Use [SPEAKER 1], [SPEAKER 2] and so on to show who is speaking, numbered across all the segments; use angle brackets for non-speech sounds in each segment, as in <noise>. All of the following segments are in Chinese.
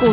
[SPEAKER 1] 股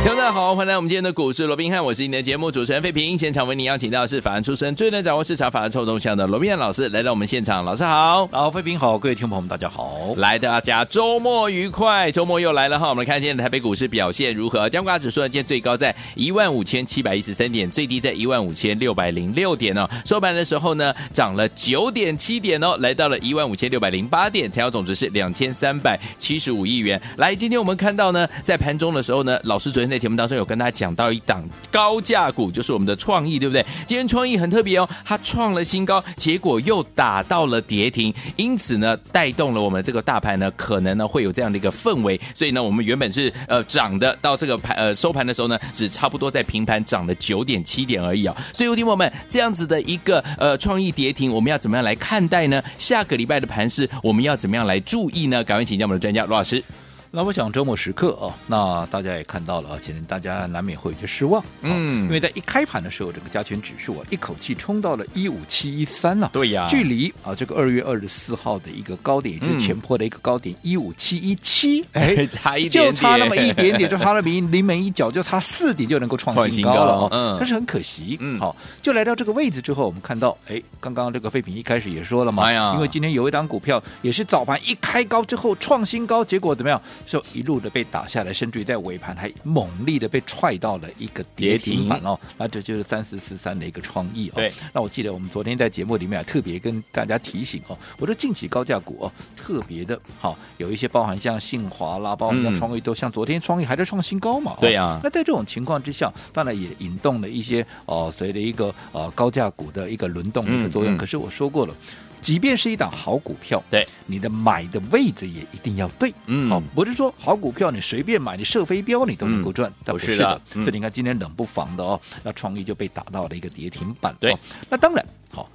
[SPEAKER 2] 听众大家好，欢迎来我们今天的股市罗宾汉，我是你的节目主持人费平。现场为您邀请到的是法案出身、最能掌握市场法案臭动向的罗宾汉老师来到我们现场，老师好。
[SPEAKER 3] 老费平好，各位听众朋友们，大家好。
[SPEAKER 2] 来，大家周末愉快！周末又来了哈，我们来看今天的台北股市表现如何？加挂指数呢，今天最高在一万五千七百一十三点，最低在一万五千六百零六点哦。收盘的时候呢，涨了九点七点哦，来到了一万五千六百零八点，成交总值是两千三百七十五亿元。来，今天我们看到呢，在盘中的时候呢，老师昨天在节目当中有跟大家讲到一档高价股，就是我们的创意，对不对？今天创意很特别哦，它创了新高，结果又打到了跌停，因此呢，带动了我们这个大盘呢，可能呢会有这样的一个氛围。所以呢，我们原本是呃涨的，到这个盘呃收盘的时候呢，只差不多在平盘涨了九点七点而已哦。所以，听众们，这样子的一个呃创意跌停，我们要怎么样来看待呢？下个礼拜的盘市，我们要怎么样来注意呢？赶快请教我们的专家罗老师。
[SPEAKER 3] 那我想周末时刻啊，那大家也看到了啊，今天大家难免会有些失望，
[SPEAKER 2] 嗯
[SPEAKER 3] 嗯， <laughs> 因为在一开盘的时候，整个加权指数啊，一口气冲到了一五七一三了，
[SPEAKER 2] 对呀嗯
[SPEAKER 3] 距离啊这个二月二十四号的一个高点，也就是前坡的一个高点一五七一七，
[SPEAKER 2] <laughs> 哎差一点点
[SPEAKER 3] 就差那么一点点，就差那么一临门一脚，就差四点就能够创新高了
[SPEAKER 2] 创新高嗯
[SPEAKER 3] 哦，但是很可惜，
[SPEAKER 2] 嗯
[SPEAKER 3] 好，就来到这个位置之后，我们看到，哎，刚刚这个废品一开始也说了嘛，
[SPEAKER 2] 哎呀
[SPEAKER 3] 因为今天有一档股票也是早盘一开高之后创新高，结果怎么样？就一路的被打下来，甚至于在尾盘还猛力的被踹到了一个跌停板哦。那这就是三四四三的一个创意哦。
[SPEAKER 2] 对，
[SPEAKER 3] 那我记得我们昨天在节目里面啊特别跟大家提醒哦，我说近期高价股哦特别的好，有一些包含像信华啦，包含像
[SPEAKER 2] 嗯
[SPEAKER 3] 哦创意都像昨天创意还在创新高嘛。
[SPEAKER 2] <laughs>
[SPEAKER 3] 哦
[SPEAKER 2] 对啊呀
[SPEAKER 3] 那在这种情况之下，当然也引动了一些哦，随着一个呃高价股的一个轮动的一个作用。
[SPEAKER 2] 嗯嗯
[SPEAKER 3] 可是我说过了。即便是一档好股票，
[SPEAKER 2] 对
[SPEAKER 3] 你的买的位置也一定要对，
[SPEAKER 2] 嗯
[SPEAKER 3] 好，不是说好股票你随便买，你射飞镖你都能够赚，但不
[SPEAKER 2] 不
[SPEAKER 3] 是
[SPEAKER 2] 是的
[SPEAKER 3] 的。
[SPEAKER 2] 嗯
[SPEAKER 3] 所以你看今天冷不防的哦，那创意就被打到了一个跌停板，
[SPEAKER 2] 对
[SPEAKER 3] 哦那当然好。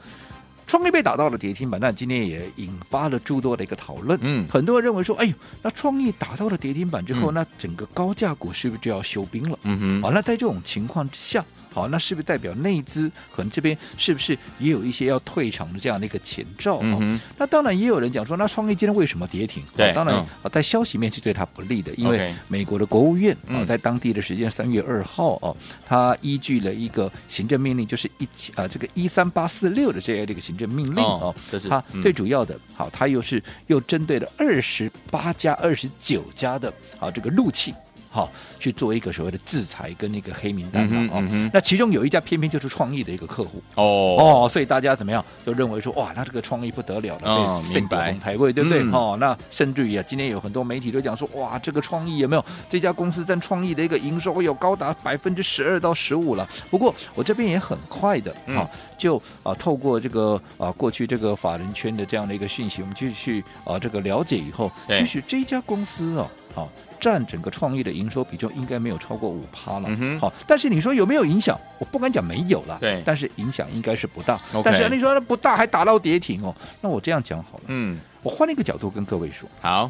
[SPEAKER 3] 创意被打到了跌停板，那今天也引发了诸多的一个讨论。
[SPEAKER 2] 嗯
[SPEAKER 3] 很多人认为说，哎呦，那创意打到了跌停板之后，
[SPEAKER 2] 嗯
[SPEAKER 3] 那整个高价股是不是就要休兵了？
[SPEAKER 2] 嗯
[SPEAKER 3] 好，
[SPEAKER 2] 哼，
[SPEAKER 3] 那在这种情况之下，好，那是不是代表内资可能这边是不是也有一些要退场的这样的一个前兆？
[SPEAKER 2] 嗯
[SPEAKER 3] 哦
[SPEAKER 2] 哼
[SPEAKER 3] 那当然也有人讲说，那创业今天为什么跌停？
[SPEAKER 2] 对
[SPEAKER 3] 哦当然
[SPEAKER 2] 嗯
[SPEAKER 3] 啊，在消息面是对它不利的，因为
[SPEAKER 2] OK
[SPEAKER 3] 美国的国务院啊
[SPEAKER 2] 嗯，
[SPEAKER 3] 在当地的时间三月二号哦，它依据了一个行政命令，就是一起啊这个一三八四六的这样的一个行政命令
[SPEAKER 2] 哦
[SPEAKER 3] 哦
[SPEAKER 2] 这是，
[SPEAKER 3] 它
[SPEAKER 2] 嗯
[SPEAKER 3] 最主要的好，它又是又针对了二十八家、二十九家的啊这个陆企。好，去做一个所谓的制裁跟那个黑名单
[SPEAKER 2] 嗯
[SPEAKER 3] 嘛
[SPEAKER 2] 哼
[SPEAKER 3] 哦
[SPEAKER 2] 嗯哼，
[SPEAKER 3] 那其中有一家偏偏就是创意的一个客户，
[SPEAKER 2] 哦，
[SPEAKER 3] 哦，所以大家怎么样就认为说哇，那这个创意不得了
[SPEAKER 2] 哦
[SPEAKER 3] 了，被
[SPEAKER 2] 明白
[SPEAKER 3] 红台位，对不对？
[SPEAKER 2] 嗯
[SPEAKER 3] 哦，那甚至于啊，今天有很多媒体都讲说哇，这个创意有没有？这家公司占创意的一个营收有高达百分之十二到十五了。不过我这边也很快的啊、
[SPEAKER 2] 嗯
[SPEAKER 3] 哦就啊、透过这个啊、过去这个法人圈的这样的一个讯息，我们继续啊、这个了解以后，
[SPEAKER 2] 对
[SPEAKER 3] 其实这家公司哦，好、占整个创意的营收比重应该没有超过五趴了
[SPEAKER 2] 嗯，哼
[SPEAKER 3] 好、但是你说有没有影响？我不敢讲没有啦，
[SPEAKER 2] 对
[SPEAKER 3] 但是影响应该是不大。
[SPEAKER 2] OK
[SPEAKER 3] 但是你说不大还打到跌停哦，那我这样讲好了，
[SPEAKER 2] 嗯，
[SPEAKER 3] 我换一个角度跟各位说，
[SPEAKER 2] 好，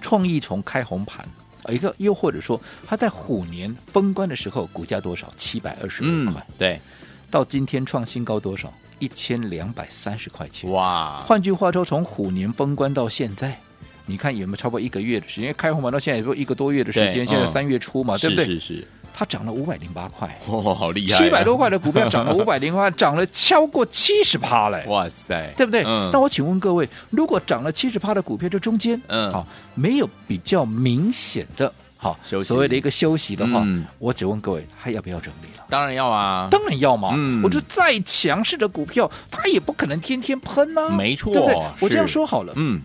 [SPEAKER 3] 创意从开红盘。呃一个又或者说，它在虎年封关的时候，股价多少？七百二十五
[SPEAKER 2] 嗯
[SPEAKER 3] 块，，
[SPEAKER 2] 对，
[SPEAKER 3] 到今天创新高多少？一千两百三十块钱。
[SPEAKER 2] 哇，
[SPEAKER 3] 换句话说，从虎年封关到现在，你看有没有超过一个月的时间？因为开红盘到现在也就一个多月的时
[SPEAKER 2] 对
[SPEAKER 3] 间，现在
[SPEAKER 2] 嗯
[SPEAKER 3] 三月初嘛，对
[SPEAKER 2] 是
[SPEAKER 3] 不对？
[SPEAKER 2] 是是，
[SPEAKER 3] 它涨了五百零八块，
[SPEAKER 2] 哦，好厉害啊，
[SPEAKER 3] 七百多块的股
[SPEAKER 2] <laughs>
[SPEAKER 3] 票涨了五百零八，涨了超过七十趴嘞。
[SPEAKER 2] 哇塞，
[SPEAKER 3] 对不对？
[SPEAKER 2] 嗯
[SPEAKER 3] 那我请问各位，如果涨了七十趴的股票，这中间，
[SPEAKER 2] 嗯
[SPEAKER 3] 好，没有比较明显的，好，
[SPEAKER 2] 休息
[SPEAKER 3] 所谓的一个休息的话，
[SPEAKER 2] 嗯
[SPEAKER 3] 我只问各位，还要不要整理了？
[SPEAKER 2] 当然要啊，
[SPEAKER 3] 当然要嘛，
[SPEAKER 2] 嗯
[SPEAKER 3] 我就再强势的股票，它也不可能天天喷呐、
[SPEAKER 2] 没错
[SPEAKER 3] 对不对？
[SPEAKER 2] 是
[SPEAKER 3] 我这样说好了，
[SPEAKER 2] 嗯，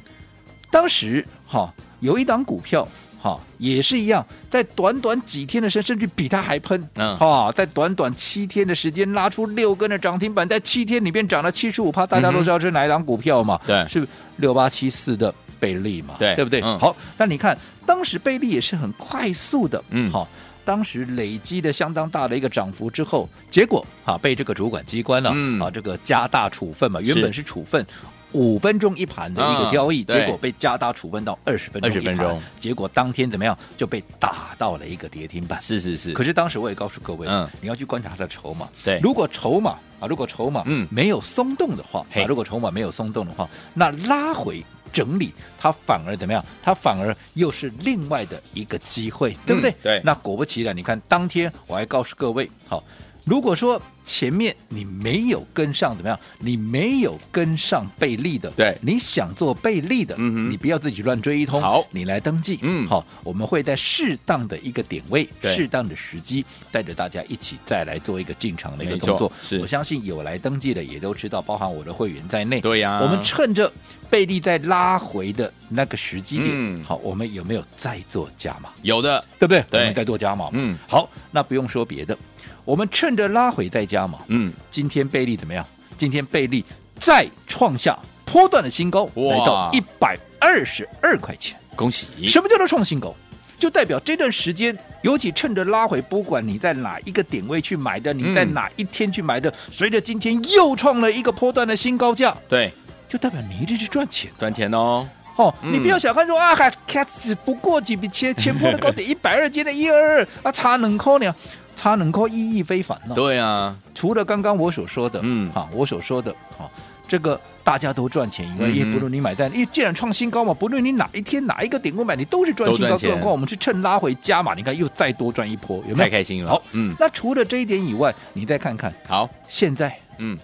[SPEAKER 3] 当时哈、有一档股票。哈、也是一样，在短短几天的时间，甚至比它还喷。
[SPEAKER 2] 嗯
[SPEAKER 3] 哈、在短短七天的时间拉出六根的涨停板，在七天里面涨了七十五趴，大家
[SPEAKER 2] 嗯
[SPEAKER 3] 都
[SPEAKER 2] 哼
[SPEAKER 3] 知道这是哪一档股票嘛？
[SPEAKER 2] 对
[SPEAKER 3] 是六八七四的贝利嘛？
[SPEAKER 2] 哎对
[SPEAKER 3] 对不对？
[SPEAKER 2] 嗯
[SPEAKER 3] 好，那你看当时贝利也是很快速的，
[SPEAKER 2] 嗯
[SPEAKER 3] 好、当时累积的相当大的一个涨幅之后，结果啊被这个主管机关呢、啊，
[SPEAKER 2] 嗯
[SPEAKER 3] 这个加大处分嘛，原
[SPEAKER 2] 是
[SPEAKER 3] 本是处分。五分钟一盘的一个交易，
[SPEAKER 2] 嗯对
[SPEAKER 3] 结果被加大处分到二十分钟一
[SPEAKER 2] 20分
[SPEAKER 3] 盘，
[SPEAKER 2] 钟
[SPEAKER 3] 结果当天怎么样就被打到了一个跌停板。
[SPEAKER 2] 是是是，
[SPEAKER 3] 可是当时我也告诉各位，
[SPEAKER 2] 嗯
[SPEAKER 3] 你要去观察它的筹码。
[SPEAKER 2] 对
[SPEAKER 3] 如果筹码啊，如果筹码
[SPEAKER 2] 嗯
[SPEAKER 3] 没有松动的话，
[SPEAKER 2] 嘿
[SPEAKER 3] 啊，如果筹码没有松动的话，那拉回整理，它反而怎么样？它反而又是另外的一个机会，对不对？
[SPEAKER 2] 嗯对
[SPEAKER 3] 那果不其然，你看当天我还告诉各位，好。如果说前面你没有跟上怎么样？你没有跟上贝利的，
[SPEAKER 2] 对
[SPEAKER 3] 你想做贝利的，
[SPEAKER 2] 嗯哼
[SPEAKER 3] 你不要自己乱追一通，
[SPEAKER 2] 好
[SPEAKER 3] 你来登记，
[SPEAKER 2] 嗯
[SPEAKER 3] 好，我们会在适当的一个点位、
[SPEAKER 2] 对
[SPEAKER 3] 适当的时机，带着大家一起再来做一个进场的一个
[SPEAKER 2] 没错
[SPEAKER 3] 动作。
[SPEAKER 2] 是
[SPEAKER 3] 我相信有来登记的也都知道，包含我的会员在内。
[SPEAKER 2] 对呀
[SPEAKER 3] 我们趁着贝利在拉回的那个时机点，
[SPEAKER 2] 嗯
[SPEAKER 3] 好，我们有没有再做加码？
[SPEAKER 2] 有的，
[SPEAKER 3] 对不对？
[SPEAKER 2] 对
[SPEAKER 3] 我们再做加码嘛。
[SPEAKER 2] 嗯，
[SPEAKER 3] 好，那不用说别的，我们趁着拉回再加码。
[SPEAKER 2] 嗯，
[SPEAKER 3] 今天贝利怎么样？今天贝利再创下波段的新高，
[SPEAKER 2] 哇
[SPEAKER 3] 来到一百二十二块钱。
[SPEAKER 2] 恭喜，
[SPEAKER 3] 什么叫做创新高？就代表这段时间，尤其趁着拉回，不管你在哪一个点位去买
[SPEAKER 2] 嗯
[SPEAKER 3] 的，你在哪一天去买的，随着今天又创了一个波段的新高价，
[SPEAKER 2] 对，
[SPEAKER 3] 就代表你一定是赚钱的
[SPEAKER 2] 赚钱哦，
[SPEAKER 3] 哦。
[SPEAKER 2] 嗯
[SPEAKER 3] 你不要小看说啊，还 cats 不过几笔前前波的
[SPEAKER 2] <laughs>
[SPEAKER 3] 高点一百二，今天一二二啊，差能扣呢，差能扣意义非凡呢、
[SPEAKER 2] 对啊，
[SPEAKER 3] 除了刚刚我所说的，
[SPEAKER 2] 嗯
[SPEAKER 3] 啊，我所说的，啊，这个大家都赚钱以外，
[SPEAKER 2] 嗯哼
[SPEAKER 3] 也不论你买在，因为既然创新高嘛，不论你哪一天哪一个点位买，你都是赚新
[SPEAKER 2] 都
[SPEAKER 3] 高。
[SPEAKER 2] 赚钱
[SPEAKER 3] 更何况我们是趁拉回加码，你看又再多赚一波，有没
[SPEAKER 2] 太
[SPEAKER 3] 有？
[SPEAKER 2] 开心了，
[SPEAKER 3] 好
[SPEAKER 2] 嗯，
[SPEAKER 3] 那除了这一点以外，你再看看
[SPEAKER 2] 好，
[SPEAKER 3] 现在
[SPEAKER 2] 嗯，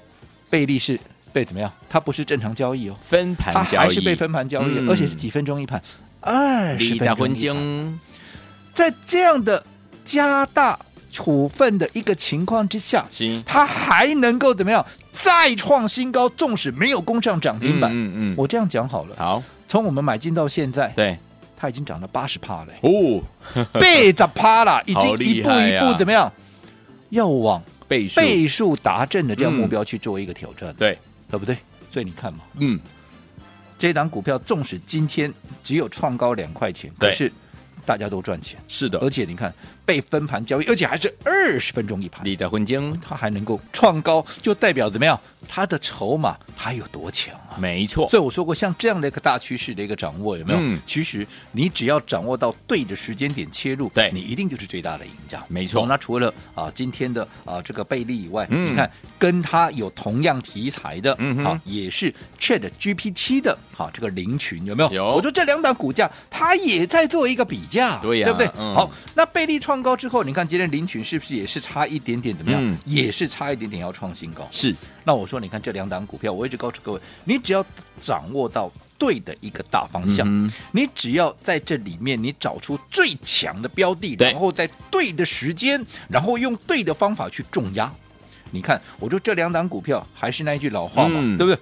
[SPEAKER 3] 贝利是被怎么样？它不是正常交易哦，
[SPEAKER 2] 分
[SPEAKER 3] 它
[SPEAKER 2] 盘交易，
[SPEAKER 3] 还是被分盘交易，
[SPEAKER 2] 嗯
[SPEAKER 3] 而且是几分钟一盘，二十
[SPEAKER 2] 利
[SPEAKER 3] 分啊
[SPEAKER 2] 加
[SPEAKER 3] 钟
[SPEAKER 2] 婚
[SPEAKER 3] 一盘。
[SPEAKER 2] 经，
[SPEAKER 3] 在这样的加大处分的一个情况之下，
[SPEAKER 2] 行，
[SPEAKER 3] 它还能够怎么样再创新高？纵使没有攻上涨停板，
[SPEAKER 2] 嗯嗯嗯，
[SPEAKER 3] 我这样讲好了，
[SPEAKER 2] 好，
[SPEAKER 3] 从我们买进到现在，
[SPEAKER 2] 对，，
[SPEAKER 3] 它已经涨了八十趴了
[SPEAKER 2] 哦，
[SPEAKER 3] 倍着趴了，已经
[SPEAKER 2] 好
[SPEAKER 3] 一
[SPEAKER 2] 厉
[SPEAKER 3] 步
[SPEAKER 2] 害
[SPEAKER 3] 一
[SPEAKER 2] 呀
[SPEAKER 3] 步怎么样？要往
[SPEAKER 2] 倍数，
[SPEAKER 3] 倍数达阵的这样
[SPEAKER 2] 嗯
[SPEAKER 3] 目标去做一个挑战，
[SPEAKER 2] 对，
[SPEAKER 3] 对不对？所以你看嘛，
[SPEAKER 2] 嗯，
[SPEAKER 3] 这档股票纵使今天只有创高两块钱，
[SPEAKER 2] 对
[SPEAKER 3] 可是大家都赚钱，
[SPEAKER 2] 是的
[SPEAKER 3] 而，且你看被分盘交易，而且还是二十分钟一盘，
[SPEAKER 2] 利加婚经，
[SPEAKER 3] 它还能够创高，就代表怎么样？它的筹码它有多强啊？
[SPEAKER 2] 没错，
[SPEAKER 3] 所以我说过，像这样的一个大趋势的一个掌握，有没有？
[SPEAKER 2] 嗯
[SPEAKER 3] 其实你只要掌握到对的时间点切入，
[SPEAKER 2] 对
[SPEAKER 3] 你一定就是最大的赢家。
[SPEAKER 2] 没错
[SPEAKER 3] 哦那除了啊今天的啊这个贝利以外，
[SPEAKER 2] 嗯
[SPEAKER 3] 你看跟它有同样题材的，
[SPEAKER 2] 嗯哼
[SPEAKER 3] 好也是 Chat GPT 的，好这个林群有没有？
[SPEAKER 2] 有
[SPEAKER 3] 我说这两档股价，它也在做一个比价，
[SPEAKER 2] 对呀
[SPEAKER 3] 对不对？
[SPEAKER 2] 嗯
[SPEAKER 3] 好，那贝利创高之后，你看今天林群是不是也是差一点点怎么样？
[SPEAKER 2] 嗯
[SPEAKER 3] 也是差一点点要创新高。
[SPEAKER 2] 是，
[SPEAKER 3] 那我说，你看这两档股票，我一直告诉各位，你只要掌握到对的一个大方向，
[SPEAKER 2] 嗯哼
[SPEAKER 3] 你只要在这里面你找出最强的标的，
[SPEAKER 2] 对
[SPEAKER 3] 然后在对的时间，然后用对的方法去重压。你看，我说这两档股票还是那一句老话嘛，
[SPEAKER 2] 嗯
[SPEAKER 3] 对不对？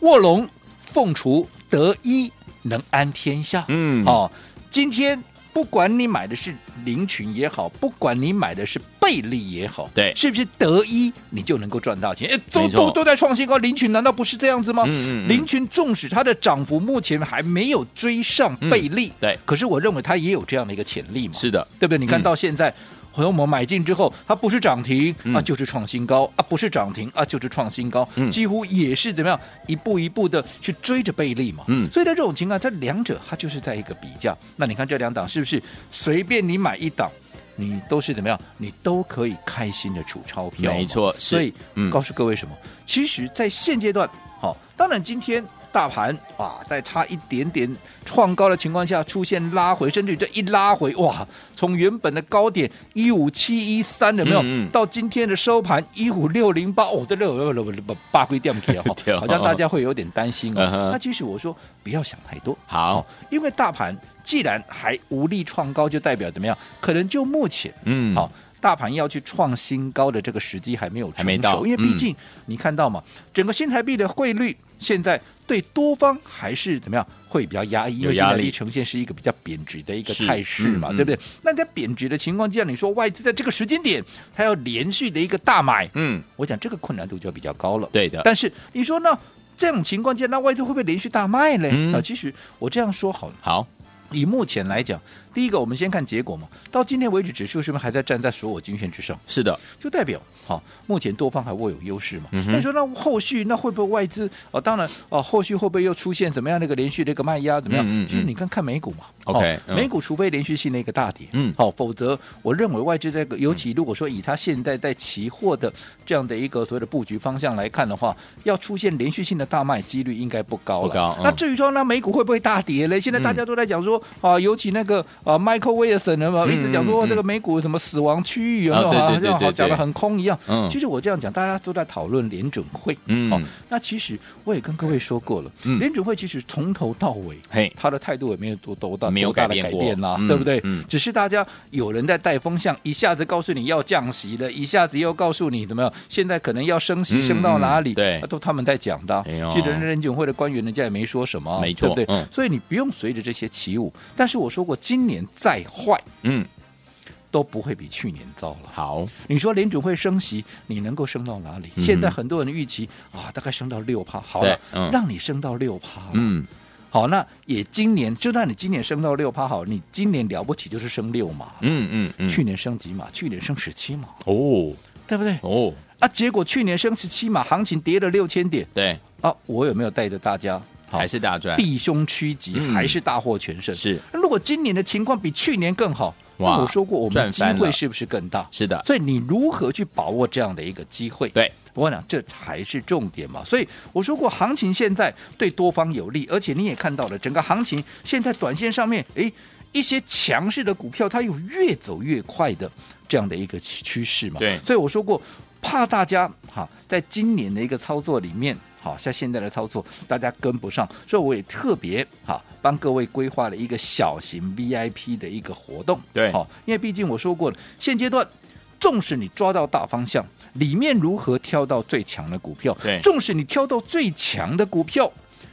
[SPEAKER 3] 卧龙凤雏，得一能安天下。
[SPEAKER 2] 嗯，，
[SPEAKER 3] 哦，今天不管你买的是林群也好，不管你买的是贝利也好，
[SPEAKER 2] 对
[SPEAKER 3] 是不是得一你就能够赚大钱？哎，
[SPEAKER 2] 没
[SPEAKER 3] 都
[SPEAKER 2] 错
[SPEAKER 3] 都都在创新高，林群难道不是这样子吗？
[SPEAKER 2] 嗯嗯嗯
[SPEAKER 3] 林群纵使它的涨幅目前还没有追上
[SPEAKER 2] 嗯
[SPEAKER 3] 贝利，
[SPEAKER 2] 对，
[SPEAKER 3] 可是我认为它也有这样的一个潜力嘛，
[SPEAKER 2] 是的，
[SPEAKER 3] 对不对？你看
[SPEAKER 2] 嗯
[SPEAKER 3] 到现在。朋友们买进之后，它不是涨停、
[SPEAKER 2] 嗯
[SPEAKER 3] 啊，就是创新高啊，不是涨停啊，就是创新高，
[SPEAKER 2] 嗯
[SPEAKER 3] 几乎也是怎么样一步一步的去追着贝利嘛。
[SPEAKER 2] 嗯
[SPEAKER 3] 所以在这种情况，这两者它就是在一个比较。那你看这两档是不是随便你买一档，你都是怎么样，你都可以开心的储钞票嘛？
[SPEAKER 2] 没错，是
[SPEAKER 3] 所以、
[SPEAKER 2] 嗯
[SPEAKER 3] 告诉各位什么？其实，在现阶段，好、当然今天大盘啊，在差一点点创高的情况下出现拉回，甚至于这一拉回，哇，从原本的高点一五七一三有没有，
[SPEAKER 2] 嗯嗯
[SPEAKER 3] 到今天的收盘一五六零八，哦，这六六六六八归掉
[SPEAKER 2] <laughs>
[SPEAKER 3] 去了
[SPEAKER 2] 对哦
[SPEAKER 3] 啊哈，好像大家会有点担心
[SPEAKER 2] 嗯
[SPEAKER 3] 哦
[SPEAKER 2] 哼。
[SPEAKER 3] 那其实我说不要想太多，
[SPEAKER 2] 好，
[SPEAKER 3] 因为大盘既然还无力创高，就代表怎么样？可能就目前。
[SPEAKER 2] 嗯，
[SPEAKER 3] 好，，大盘要去创新高的这个时机还没有
[SPEAKER 2] 还没
[SPEAKER 3] 成
[SPEAKER 2] 到
[SPEAKER 3] 熟因为毕
[SPEAKER 2] 嗯
[SPEAKER 3] 竟你看到嘛，整个新台币的汇率现在对多方还是怎么样会比较压抑，因
[SPEAKER 2] 有
[SPEAKER 3] 为新
[SPEAKER 2] 压
[SPEAKER 3] 台
[SPEAKER 2] 力
[SPEAKER 3] 币呈现是一个比较贬值的一个
[SPEAKER 2] 是
[SPEAKER 3] 态势嘛，
[SPEAKER 2] 嗯
[SPEAKER 3] 对不对？那在贬值的情况之下，你说外资在这个时间点它要连续的一个大买，
[SPEAKER 2] 嗯，
[SPEAKER 3] 我讲这个困难度就比较高了。
[SPEAKER 2] 对的，
[SPEAKER 3] 但是你说呢？这种情况下，那外资会不会连续大卖嘞？
[SPEAKER 2] 嗯
[SPEAKER 3] 啊，其实我这样说好了，
[SPEAKER 2] 好，
[SPEAKER 3] 以目前来讲，第一个，我们先看结果嘛。到今天为止，指数是不是还在站在所有均线之上？
[SPEAKER 2] 是的，
[SPEAKER 3] 就代表好、目前多方还握有优势嘛。
[SPEAKER 2] 嗯哼
[SPEAKER 3] 那你说那后续那会不会外资哦？当然哦，后续会不会又出现怎么样的一个连续的一个卖压？怎么样？
[SPEAKER 2] 嗯嗯嗯
[SPEAKER 3] 就是你看看美股嘛。哦
[SPEAKER 2] OK，嗯
[SPEAKER 3] 美股除非连续性的一个大跌，
[SPEAKER 2] 嗯
[SPEAKER 3] 好、否则我认为外资这个，尤其如果说以它现在在期货的这样的一个所谓的布局方向来看的话，要出现连续性的大卖几率应该不高了。
[SPEAKER 2] 不高嗯嗯
[SPEAKER 3] 那至于说那美股会不会大跌嘞？现在大家都在讲说啊、尤其那个啊、Michael Wilson 有没有一直讲
[SPEAKER 2] 嗯
[SPEAKER 3] 说
[SPEAKER 2] 嗯嗯
[SPEAKER 3] 这个美股什么死亡区域有没有？
[SPEAKER 2] 啊对对对
[SPEAKER 3] 好像
[SPEAKER 2] 对
[SPEAKER 3] 好像
[SPEAKER 2] 对
[SPEAKER 3] 讲的很空一样。
[SPEAKER 2] 嗯
[SPEAKER 3] 其实我这样讲，大家都在讨论联准会。
[SPEAKER 2] 嗯
[SPEAKER 3] 哦，那其实我也跟各位说过了，
[SPEAKER 2] 嗯
[SPEAKER 3] 联准会其实从头到尾。
[SPEAKER 2] 嘿，
[SPEAKER 3] 他的态度也没有多多大
[SPEAKER 2] 没有
[SPEAKER 3] 多
[SPEAKER 2] 改
[SPEAKER 3] 大的
[SPEAKER 2] 变
[SPEAKER 3] 改
[SPEAKER 2] 过
[SPEAKER 3] 变啦、啊
[SPEAKER 2] 嗯
[SPEAKER 3] 对不对？
[SPEAKER 2] 嗯
[SPEAKER 3] 只是大家有人在带风向，一下子告诉你要降息了，一下子又告诉你怎么样，现在可能要升息，
[SPEAKER 2] 嗯
[SPEAKER 3] 升到哪里？
[SPEAKER 2] 嗯对
[SPEAKER 3] 啊都他们在讲的啊。
[SPEAKER 2] 哎呦
[SPEAKER 3] 记得人警会的官员人家也没说什么啊，
[SPEAKER 2] 没错
[SPEAKER 3] 对不对？
[SPEAKER 2] 嗯
[SPEAKER 3] 所以你不用随着这些起舞。但是我说过，今年再坏
[SPEAKER 2] 嗯，
[SPEAKER 3] 都不会比去年糟了。
[SPEAKER 2] 好，
[SPEAKER 3] 你说联准会升息，你能够升到哪里？
[SPEAKER 2] 嗯
[SPEAKER 3] 现在很多人预期啊，大概升到六趴，好了
[SPEAKER 2] 对，嗯
[SPEAKER 3] 让你升到六趴，
[SPEAKER 2] 嗯，
[SPEAKER 3] 好，那也今年，就算你今年升到六趴，好，你今年了不起就是升六嘛，
[SPEAKER 2] 嗯嗯嗯，
[SPEAKER 3] 去年升几码？去年升十七码，
[SPEAKER 2] 哦
[SPEAKER 3] 对不对？
[SPEAKER 2] 哦，
[SPEAKER 3] 啊，结果去年升十七码，行情跌了六千点
[SPEAKER 2] 对，
[SPEAKER 3] 啊，我有没有带着大家？好
[SPEAKER 2] 还是大赚，
[SPEAKER 3] 避凶趋吉，
[SPEAKER 2] 嗯
[SPEAKER 3] 还是大获全胜？
[SPEAKER 2] 是。
[SPEAKER 3] 那如果今年的情况比去年更好，
[SPEAKER 2] 哇
[SPEAKER 3] 那我说过，我们
[SPEAKER 2] 赚
[SPEAKER 3] 的机
[SPEAKER 2] 翻了
[SPEAKER 3] 会是不是更大？
[SPEAKER 2] 是的，
[SPEAKER 3] 所以你如何去把握这样的一个机会？
[SPEAKER 2] 对，
[SPEAKER 3] 我讲这才是重点嘛。所以我说过，行情现在对多方有利，而且你也看到了，整个行情现在短线上面，诶，一些强势的股票它有越走越快的这样的一个趋趋势嘛。
[SPEAKER 2] 对
[SPEAKER 3] 所以我说过，怕大家哈，在今年的一个操作里面。好，像现在的操作大家跟不上，所以我也特别哈帮各位规划了一个小型 VIP 的一个活动。
[SPEAKER 2] 对
[SPEAKER 3] 好，因为毕竟我说过了，现阶段纵使你抓到大方向，里面如何挑到最强的股票？
[SPEAKER 2] 对
[SPEAKER 3] 纵使你挑到最强的股票，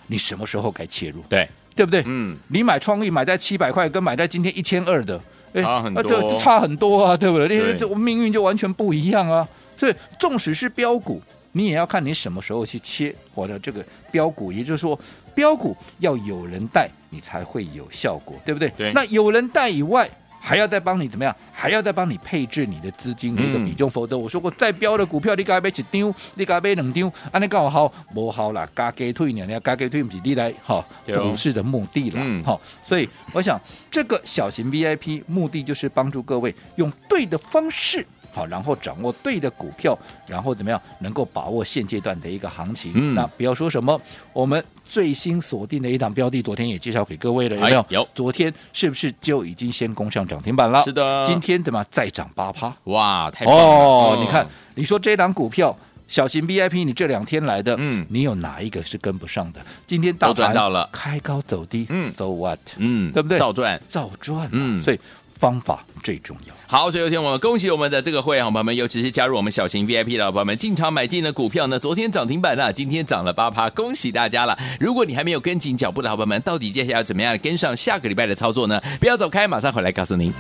[SPEAKER 3] 你什么时候该切入？
[SPEAKER 2] 对，
[SPEAKER 3] 对不对？
[SPEAKER 2] 嗯，
[SPEAKER 3] 你买创意买在七百块，跟买在今天一千二的，哎
[SPEAKER 2] 差很多
[SPEAKER 3] 啊对差很多啊，对不对？
[SPEAKER 2] 对
[SPEAKER 3] 这这命运就完全不一样啊。所以，纵使是标股，你也要看你什么时候去切或者这个标股，也就是说，标股要有人带，你才会有效果，对不对？
[SPEAKER 2] 对
[SPEAKER 3] 那有人带以外。还要再帮你怎么样？还要再帮你配置你的资金的一个比重，否则我说过，再标的股票你该买一张，你该买两张，安尼搞好无好啦，加鸡腿呢，你加鸡腿不是你来哈
[SPEAKER 2] 对哦
[SPEAKER 3] 股市的目的了，
[SPEAKER 2] 嗯
[SPEAKER 3] 好、所以我想这个小型 VIP 目的就是帮助各位用对的方式，好，然后掌握对的股票，然后怎么样能够把握现阶段的一个行情。
[SPEAKER 2] 嗯
[SPEAKER 3] 那不要说什么，我们最新锁定的一档标的，昨天也介绍给各位了，有没有？
[SPEAKER 2] 哎有
[SPEAKER 3] 昨天是不是就已经先攻上涨停板了？
[SPEAKER 2] 是的
[SPEAKER 3] 今天怎么样再涨八趴？
[SPEAKER 2] 哇，太棒了
[SPEAKER 3] 哦，你看
[SPEAKER 2] 嗯，
[SPEAKER 3] 你说这档股票。小型 VIP，你这两天来的，
[SPEAKER 2] 嗯
[SPEAKER 3] 你有哪一个是跟不上的？今天大
[SPEAKER 2] 都赚
[SPEAKER 3] 盘
[SPEAKER 2] 到了
[SPEAKER 3] 开高走低，
[SPEAKER 2] 嗯
[SPEAKER 3] ，so what，
[SPEAKER 2] 嗯，
[SPEAKER 3] 对不对
[SPEAKER 2] 照赚。
[SPEAKER 3] 照赚、
[SPEAKER 2] 嗯
[SPEAKER 3] 嗯，所以方法最重要。
[SPEAKER 2] 好，所以有请我们恭喜我们的这个会员好朋友们，尤其是加入我们小型 VIP 的好朋友们，进场买进的股票呢，昨天涨停板了，今天涨了八趴，恭喜大家了！如果你还没有跟紧脚步的好朋友们，到底接下来要怎么样跟上下个礼拜的操作呢？不要走开，马上回来告诉您。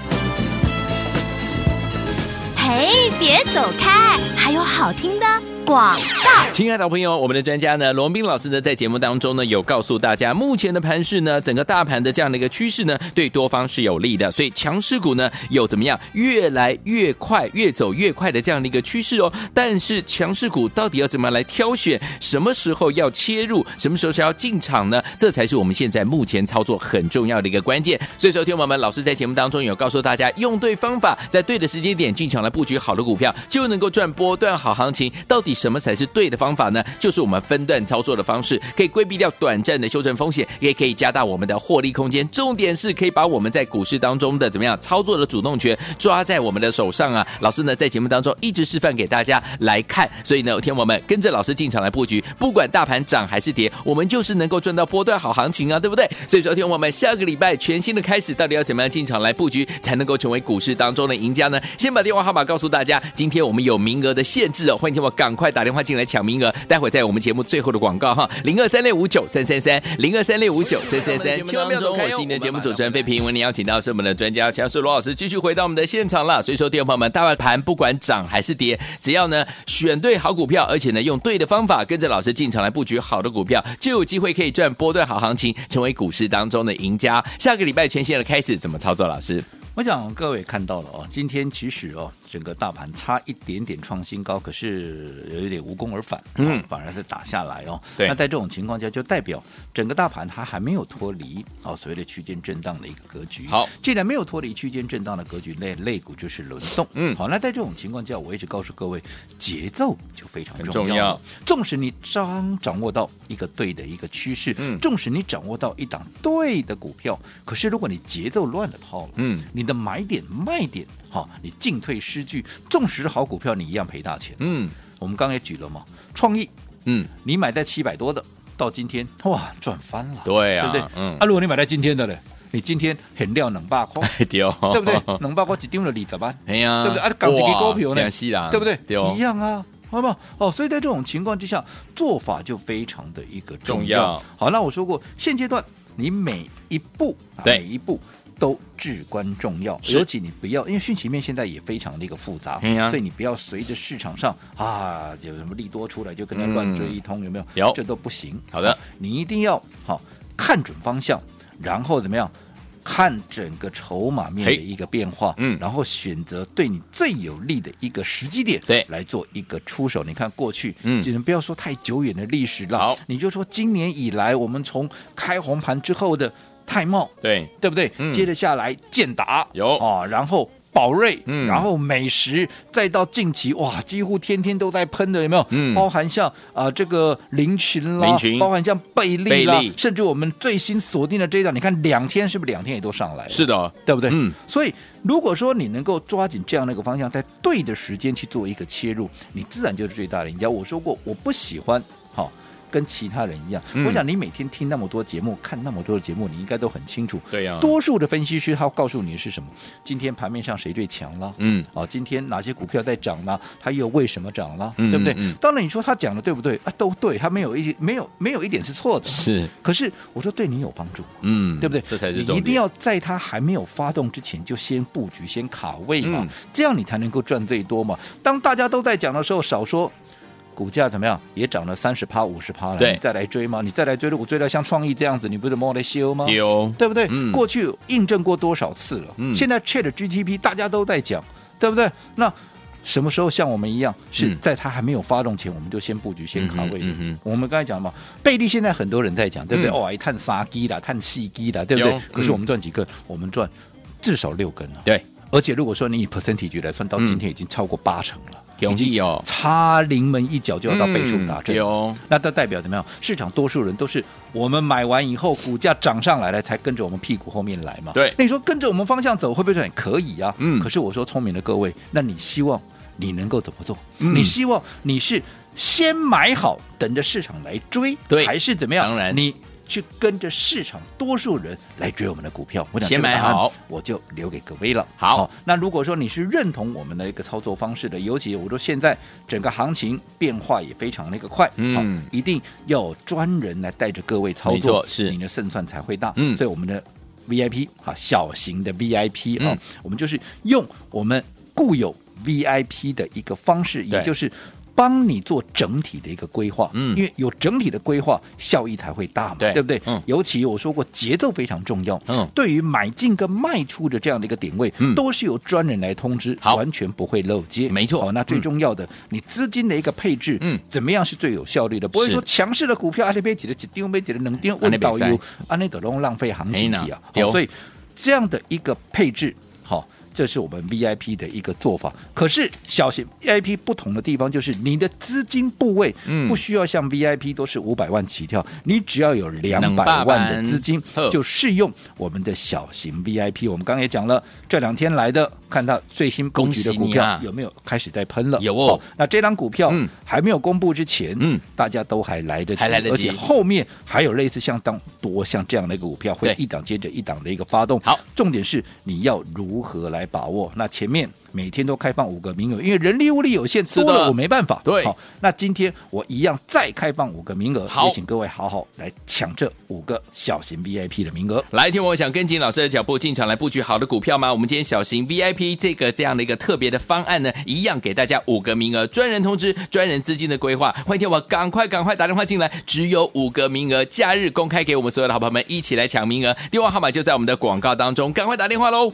[SPEAKER 1] 嘿，别走开，还有好听的广。
[SPEAKER 2] 亲爱的朋友，我们的专家呢，罗文斌老师呢，在节目当中呢，有告诉大家，目前的盘势呢，整个大盘的这样的一个趋势呢，对多方是有利的，所以强势股呢，有怎么样越来越快、越走越快的这样的一个趋势哦。但是强势股到底要怎么样来挑选，什么时候要切入，什么时候是要进场呢？这才是我们现在目前操作很重要的一个关键。所以，说，听我们，老师在节目当中有告诉大家，用对方法，在对的时间点进场来布局好的股票，就能够赚波段好行情。到底什么才是对的方法呢？就是我们分段操作的方式，可以规避掉短暂的修正风险，也可以加大我们的获利空间。重点是可以把我们在股市当中的怎么样操作的主动权抓在我们的手上啊！老师呢在节目当中一直示范给大家来看，所以呢，天我们跟着老师进场来布局，不管大盘涨还是跌，我们就是能够赚到波段好行情啊，对不对？所以说，天我们下个礼拜全新的开始，到底要怎么样进场来布局，才能够成为股市当中的赢家呢？先把电话号码告诉大家，今天我们有名额的限制哦，欢迎听我赶快。快打电话进来抢名额。待会在我们节目最后的广告哈，零二三六五九三三三，零二三六五九三三三。千万不要走开哦我是你的节目主持人费平，为您邀请到是我们的专家强势罗老师，继续回到我们的现场了。所以说，听众朋友们，大盘不管涨还是跌，只要呢选对好股票，而且呢用对的方法，跟着老师进场来布局好的股票，就有机会可以赚波段好行情，成为股市当中的赢家。下个礼拜全线的开始怎么操作？老师，
[SPEAKER 3] 我想各位看到了哦，今天其实哦，整个大盘差一点点创新高，可是有一点无功而返，
[SPEAKER 2] 嗯
[SPEAKER 3] 嗯，反而是打下来哦。
[SPEAKER 2] 对
[SPEAKER 3] 那在这种情况下，就代表整个大盘它还没有脱离哦所谓的区间震荡的一个格局。
[SPEAKER 2] 好，
[SPEAKER 3] 既然没有脱离区间震荡的格局，那类股就是轮动。
[SPEAKER 2] 嗯
[SPEAKER 3] 好，那在这种情况下，我一直告诉各位，节奏就非常
[SPEAKER 2] 很重
[SPEAKER 3] 重要
[SPEAKER 2] 要
[SPEAKER 3] 了。纵使你掌掌握到一个对的一个趋势，
[SPEAKER 2] 嗯
[SPEAKER 3] 纵使你掌握到一档对的股票，可是如果你节奏乱了套了，
[SPEAKER 2] 嗯
[SPEAKER 3] 你的买点卖点，好、你进退失据，纵使是好股票，你一样赔大钱。
[SPEAKER 2] 嗯
[SPEAKER 3] 我们刚才也举了嘛，创意
[SPEAKER 2] 嗯，
[SPEAKER 3] 你买在七百多的，到今天哇赚翻了，
[SPEAKER 2] 对
[SPEAKER 3] 对
[SPEAKER 2] 啊，
[SPEAKER 3] 不对？
[SPEAKER 2] 嗯， <laughs>
[SPEAKER 3] 啊，如果你买在今天的嘞，你今天很料冷霸空，
[SPEAKER 2] 丢，
[SPEAKER 3] <laughs> 对不对？冷霸空只丢了二十万。
[SPEAKER 2] 哎呀，
[SPEAKER 3] 对不对啊搞一个股票呢
[SPEAKER 2] 是啦，
[SPEAKER 3] 对不对？一
[SPEAKER 2] 丢，
[SPEAKER 3] 样啊，好不好？哦，所以在这种情况之下，做法就非常的一个重要。
[SPEAKER 2] 重要
[SPEAKER 3] 好，那我说过，现阶段你每一步，啊
[SPEAKER 2] 对
[SPEAKER 3] 每一步。都至关重要，
[SPEAKER 2] 是
[SPEAKER 3] 尤其你不要，因为讯息面现在也非常的一个复杂，
[SPEAKER 2] 哎呀
[SPEAKER 3] 所以你不要随着市场上啊有什么利多出来就跟他乱追一通，有没有？
[SPEAKER 2] 嗯有
[SPEAKER 3] 这都不行。
[SPEAKER 2] 好的
[SPEAKER 3] 啊你一定要好、看准方向，然后怎么样？看整个筹码面的
[SPEAKER 2] 嘿
[SPEAKER 3] 一个变化，
[SPEAKER 2] 嗯
[SPEAKER 3] 然后选择对你最有利的一个时机点，
[SPEAKER 2] 对
[SPEAKER 3] 来做一个出手。你看过去，
[SPEAKER 2] 嗯
[SPEAKER 3] 只能不要说太久远的历史了，
[SPEAKER 2] 好
[SPEAKER 3] 你就说今年以来，我们从开红盘之后的泰茂，
[SPEAKER 2] 对，
[SPEAKER 3] 对不对？
[SPEAKER 2] 嗯
[SPEAKER 3] 接着下来建达
[SPEAKER 2] 有
[SPEAKER 3] 哦，然后宝瑞，
[SPEAKER 2] 嗯
[SPEAKER 3] 然后美食，再到近期哇，几乎天天都在喷的，有没有？
[SPEAKER 2] 嗯
[SPEAKER 3] 包含像啊、这个林群啦，
[SPEAKER 2] 林群
[SPEAKER 3] 包含像贝利啦
[SPEAKER 2] 贝利，
[SPEAKER 3] 甚至我们最新锁定的这一档，你看两天是不是两天也都上来了？
[SPEAKER 2] 是的哦，
[SPEAKER 3] 对不对？
[SPEAKER 2] 嗯，
[SPEAKER 3] 所以如果说你能够抓紧这样的一个方向，在对的时间去做一个切入，你自然就是最大的赢家。我说过，我不喜欢好、跟其他人一样。
[SPEAKER 2] 嗯
[SPEAKER 3] 我想你每天听那么多节目，看那么多的节目，你应该都很清楚。
[SPEAKER 2] 对呀，
[SPEAKER 3] 多数的分析师他告诉你的是什么？今天盘面上谁最强了？
[SPEAKER 2] 嗯，
[SPEAKER 3] 哦，今天哪些股票在涨了？它又为什么涨了？
[SPEAKER 2] 嗯
[SPEAKER 3] 对不对？
[SPEAKER 2] 嗯嗯
[SPEAKER 3] 当然，你说他讲的对不对啊？都对，他没有一没有没有一点是错的。
[SPEAKER 2] 是，
[SPEAKER 3] 可是我说对你有帮助。
[SPEAKER 2] 嗯，
[SPEAKER 3] 对不对？
[SPEAKER 2] 这才是
[SPEAKER 3] 你
[SPEAKER 2] 重点，
[SPEAKER 3] 一定要在它还没有发动之前就先布局、先卡位嘛，
[SPEAKER 2] 嗯
[SPEAKER 3] 这样你才能够赚最多嘛。当大家都在讲的时候，少说。股价怎么样？也涨了三十趴、五十趴了，
[SPEAKER 2] 对
[SPEAKER 3] 你再来追吗？你再来追，如果追到像创意这样子，你不是摸得修吗？
[SPEAKER 2] 丢，
[SPEAKER 3] 对不对？
[SPEAKER 2] 嗯
[SPEAKER 3] 过去印证过多少次了？
[SPEAKER 2] 嗯
[SPEAKER 3] 现在 Chat GTP 大家都在讲，对不对？那什么时候像我们一样，是
[SPEAKER 2] 嗯
[SPEAKER 3] 在它还没有发动前，我们就先布局、先卡位的？
[SPEAKER 2] 嗯哼嗯哼
[SPEAKER 3] 我们刚才讲嘛，贝利现在很多人在讲，对不对？
[SPEAKER 2] 嗯
[SPEAKER 3] 哦，一探杀鸡啦，探细鸡啦，对不
[SPEAKER 2] 有
[SPEAKER 3] 对？可是
[SPEAKER 2] 嗯
[SPEAKER 3] 我们赚几个？我们赚至少六根啊。
[SPEAKER 2] 对，
[SPEAKER 3] 而且如果说你以 percentage 来算，到今
[SPEAKER 2] 嗯
[SPEAKER 3] 天已经超过八成了，
[SPEAKER 2] 容易哦，
[SPEAKER 3] 差临门一脚就要到倍数达
[SPEAKER 2] 嗯
[SPEAKER 3] 阵。
[SPEAKER 2] 丢，
[SPEAKER 3] 那它代表怎么样？市场多数人都是我们买完以后，股价涨上来了，才跟着我们屁股后面来嘛。
[SPEAKER 2] 对
[SPEAKER 3] 那你说跟着我们方向走，会不会很可以啊？
[SPEAKER 2] 嗯
[SPEAKER 3] 可是我说聪明的各位，那你希望你能够怎么做？
[SPEAKER 2] 嗯
[SPEAKER 3] 你希望你是先买好，等着市场来追，
[SPEAKER 2] 对
[SPEAKER 3] 还是怎么样？
[SPEAKER 2] 当然
[SPEAKER 3] 你。去跟着市场多数人来追我们的股票，我想
[SPEAKER 2] 先
[SPEAKER 3] 这个答案
[SPEAKER 2] 买好
[SPEAKER 3] 我就留给各位了。
[SPEAKER 2] 好
[SPEAKER 3] 那如果说你是认同我们的一个操作方式的，尤其我说现在整个行情变化也非常的一个快，
[SPEAKER 2] 嗯
[SPEAKER 3] 好，一定要有专人来带着各位操
[SPEAKER 2] 没
[SPEAKER 3] 作
[SPEAKER 2] 错，是
[SPEAKER 3] 你的胜算才会大。
[SPEAKER 2] 嗯
[SPEAKER 3] 所以我们的 VIP 啊，小型的 VIP 啊、
[SPEAKER 2] 嗯
[SPEAKER 3] 我们就是用我们固有 VIP 的一个方式，也
[SPEAKER 2] 对
[SPEAKER 3] 就是。帮你做整体的一个规划，
[SPEAKER 2] 嗯
[SPEAKER 3] 因为有整体的规划，效益才会大嘛，
[SPEAKER 2] 对
[SPEAKER 3] 不对？
[SPEAKER 2] 嗯
[SPEAKER 3] 尤其我说过，节奏非常重要，
[SPEAKER 2] 嗯
[SPEAKER 3] 对于买进跟卖出的这样的一个点位，
[SPEAKER 2] 嗯
[SPEAKER 3] 都是由专人来通知，
[SPEAKER 2] 好
[SPEAKER 3] 完全不会漏接，
[SPEAKER 2] 没错
[SPEAKER 3] 好，那最
[SPEAKER 2] 嗯
[SPEAKER 3] 重要的，你资金的一个配置，
[SPEAKER 2] 嗯
[SPEAKER 3] 怎么样是最有效率的？不会
[SPEAKER 2] 是
[SPEAKER 3] 说强势的股票，阿里边几的几丢，没几的能丢，
[SPEAKER 2] 这样
[SPEAKER 3] 问导
[SPEAKER 2] 不
[SPEAKER 3] 游
[SPEAKER 2] 行，
[SPEAKER 3] 阿内德龙浪费行情体啊
[SPEAKER 2] 哎。呐
[SPEAKER 3] 好，所以这样的一个配置，好。这是我们 VIP 的一个做法，可是小型 VIP 不同的地方就是你的资金部位
[SPEAKER 2] 嗯
[SPEAKER 3] 不需要像 VIP 都是五百万起跳，你只要有两
[SPEAKER 2] 两
[SPEAKER 3] 百
[SPEAKER 2] 百
[SPEAKER 3] 万的
[SPEAKER 2] 万
[SPEAKER 3] 资金
[SPEAKER 2] 呵
[SPEAKER 3] 就适用我们的小型 VIP。我们刚刚也讲了，这两天来的看到最新布局的股
[SPEAKER 2] 恭喜你
[SPEAKER 3] 票、
[SPEAKER 2] 啊
[SPEAKER 3] 有没有开始在喷了？
[SPEAKER 2] 有哦
[SPEAKER 3] 好那这张股票
[SPEAKER 2] 嗯
[SPEAKER 3] 还没有公布之前，
[SPEAKER 2] 嗯
[SPEAKER 3] 大家都还来得及，
[SPEAKER 2] 还来得及
[SPEAKER 3] 而且后面还有类似像当多像这样的一个股票，会
[SPEAKER 2] 对
[SPEAKER 3] 一档接着一档的一个发动。
[SPEAKER 2] 好，
[SPEAKER 3] 重点是你要如何来把握？那前面每天都开放五个名额，因为人力物力有限，
[SPEAKER 2] 是的
[SPEAKER 3] 多了我没办法。
[SPEAKER 2] 对
[SPEAKER 3] 好，那今天我一样再开放五个名额，
[SPEAKER 2] 好
[SPEAKER 3] 也请各位好好来抢这五个小型 VIP 的名额。
[SPEAKER 2] 来，听我想跟紧老师的脚步进场来布局好的股票吗？我们今天小型 VIP 这个这样的一个特别的方案呢，一样给大家五个名额，专人通知，专人资金的规划。欢迎听我赶快赶快打电话进来，只有五个名额，假日公开给我们所有的好朋友们一起来抢名额，电话号码就在我们的广告当中，赶快打电话喽！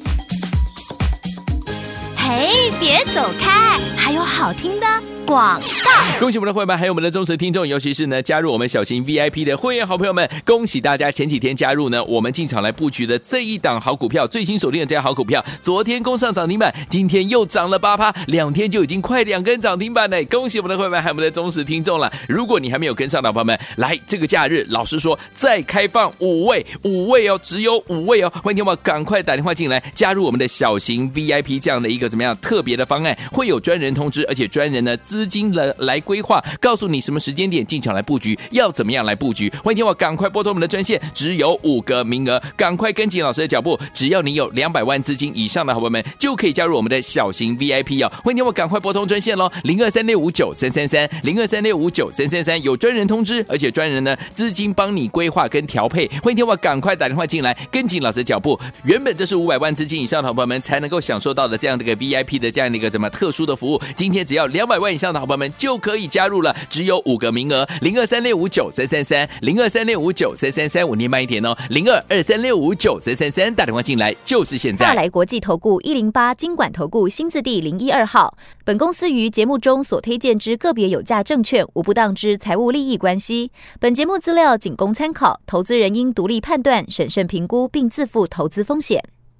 [SPEAKER 1] 嘿，别走开，还有好听的广告。
[SPEAKER 2] 恭喜我们的会员们，还有我们的忠实听众，尤其是呢加入我们小型 VIP 的会员好朋友们，恭喜大家！前几天加入呢，我们进场来布局的这一档好股票，最新锁定的这家好股票，昨天攻上涨停板，今天又涨了八趴，两天就已经快两根涨停板嘞！恭喜我们的会员们，还有我们的忠实听众了。如果你还没有跟上的朋友们，来这个假日，老师说再开放五位，五位哦，只有五位哦，欢迎听我赶快打电话进来加入我们的小型 VIP 这样的一个怎么样特别的方案，会有专人通知，而且专人呢资金来来规划，告诉你什么时间点进场来布局，要怎么样来布局。欢迎听我赶快拨通我们的专线，只有五个名额，赶快跟紧老师的脚步，只要你有两百万资金以上的好朋友们，就可以加入我们的小型 VIP 哦。欢迎听我赶快拨通专线喽，零二三六五九三三三，零二三六五九三三三，有专人通知，而且专人呢资金帮你规划跟调配。欢迎听我赶快打电话进来，跟紧老师的脚步。原本这是五百万资金以上的好朋友们才能够享受到的这样的一个 VIP 的这样的一个怎么特殊的服务，今天只要两百万以上的好朋友们就可以加入了，只有五个名额，零二三六五九三三三，零二三六五九三三三，我念慢一点哦，零二二三六五九三三三，打电话进来就是现在
[SPEAKER 4] 大。来国际投顾一零八金管投顾新字第零一二号。本公司于节目中所推荐之个别有价证券，无不当之财务利益关系。本节目资料仅供参考，投资人应独立判断、审慎评估，并自负投资风险。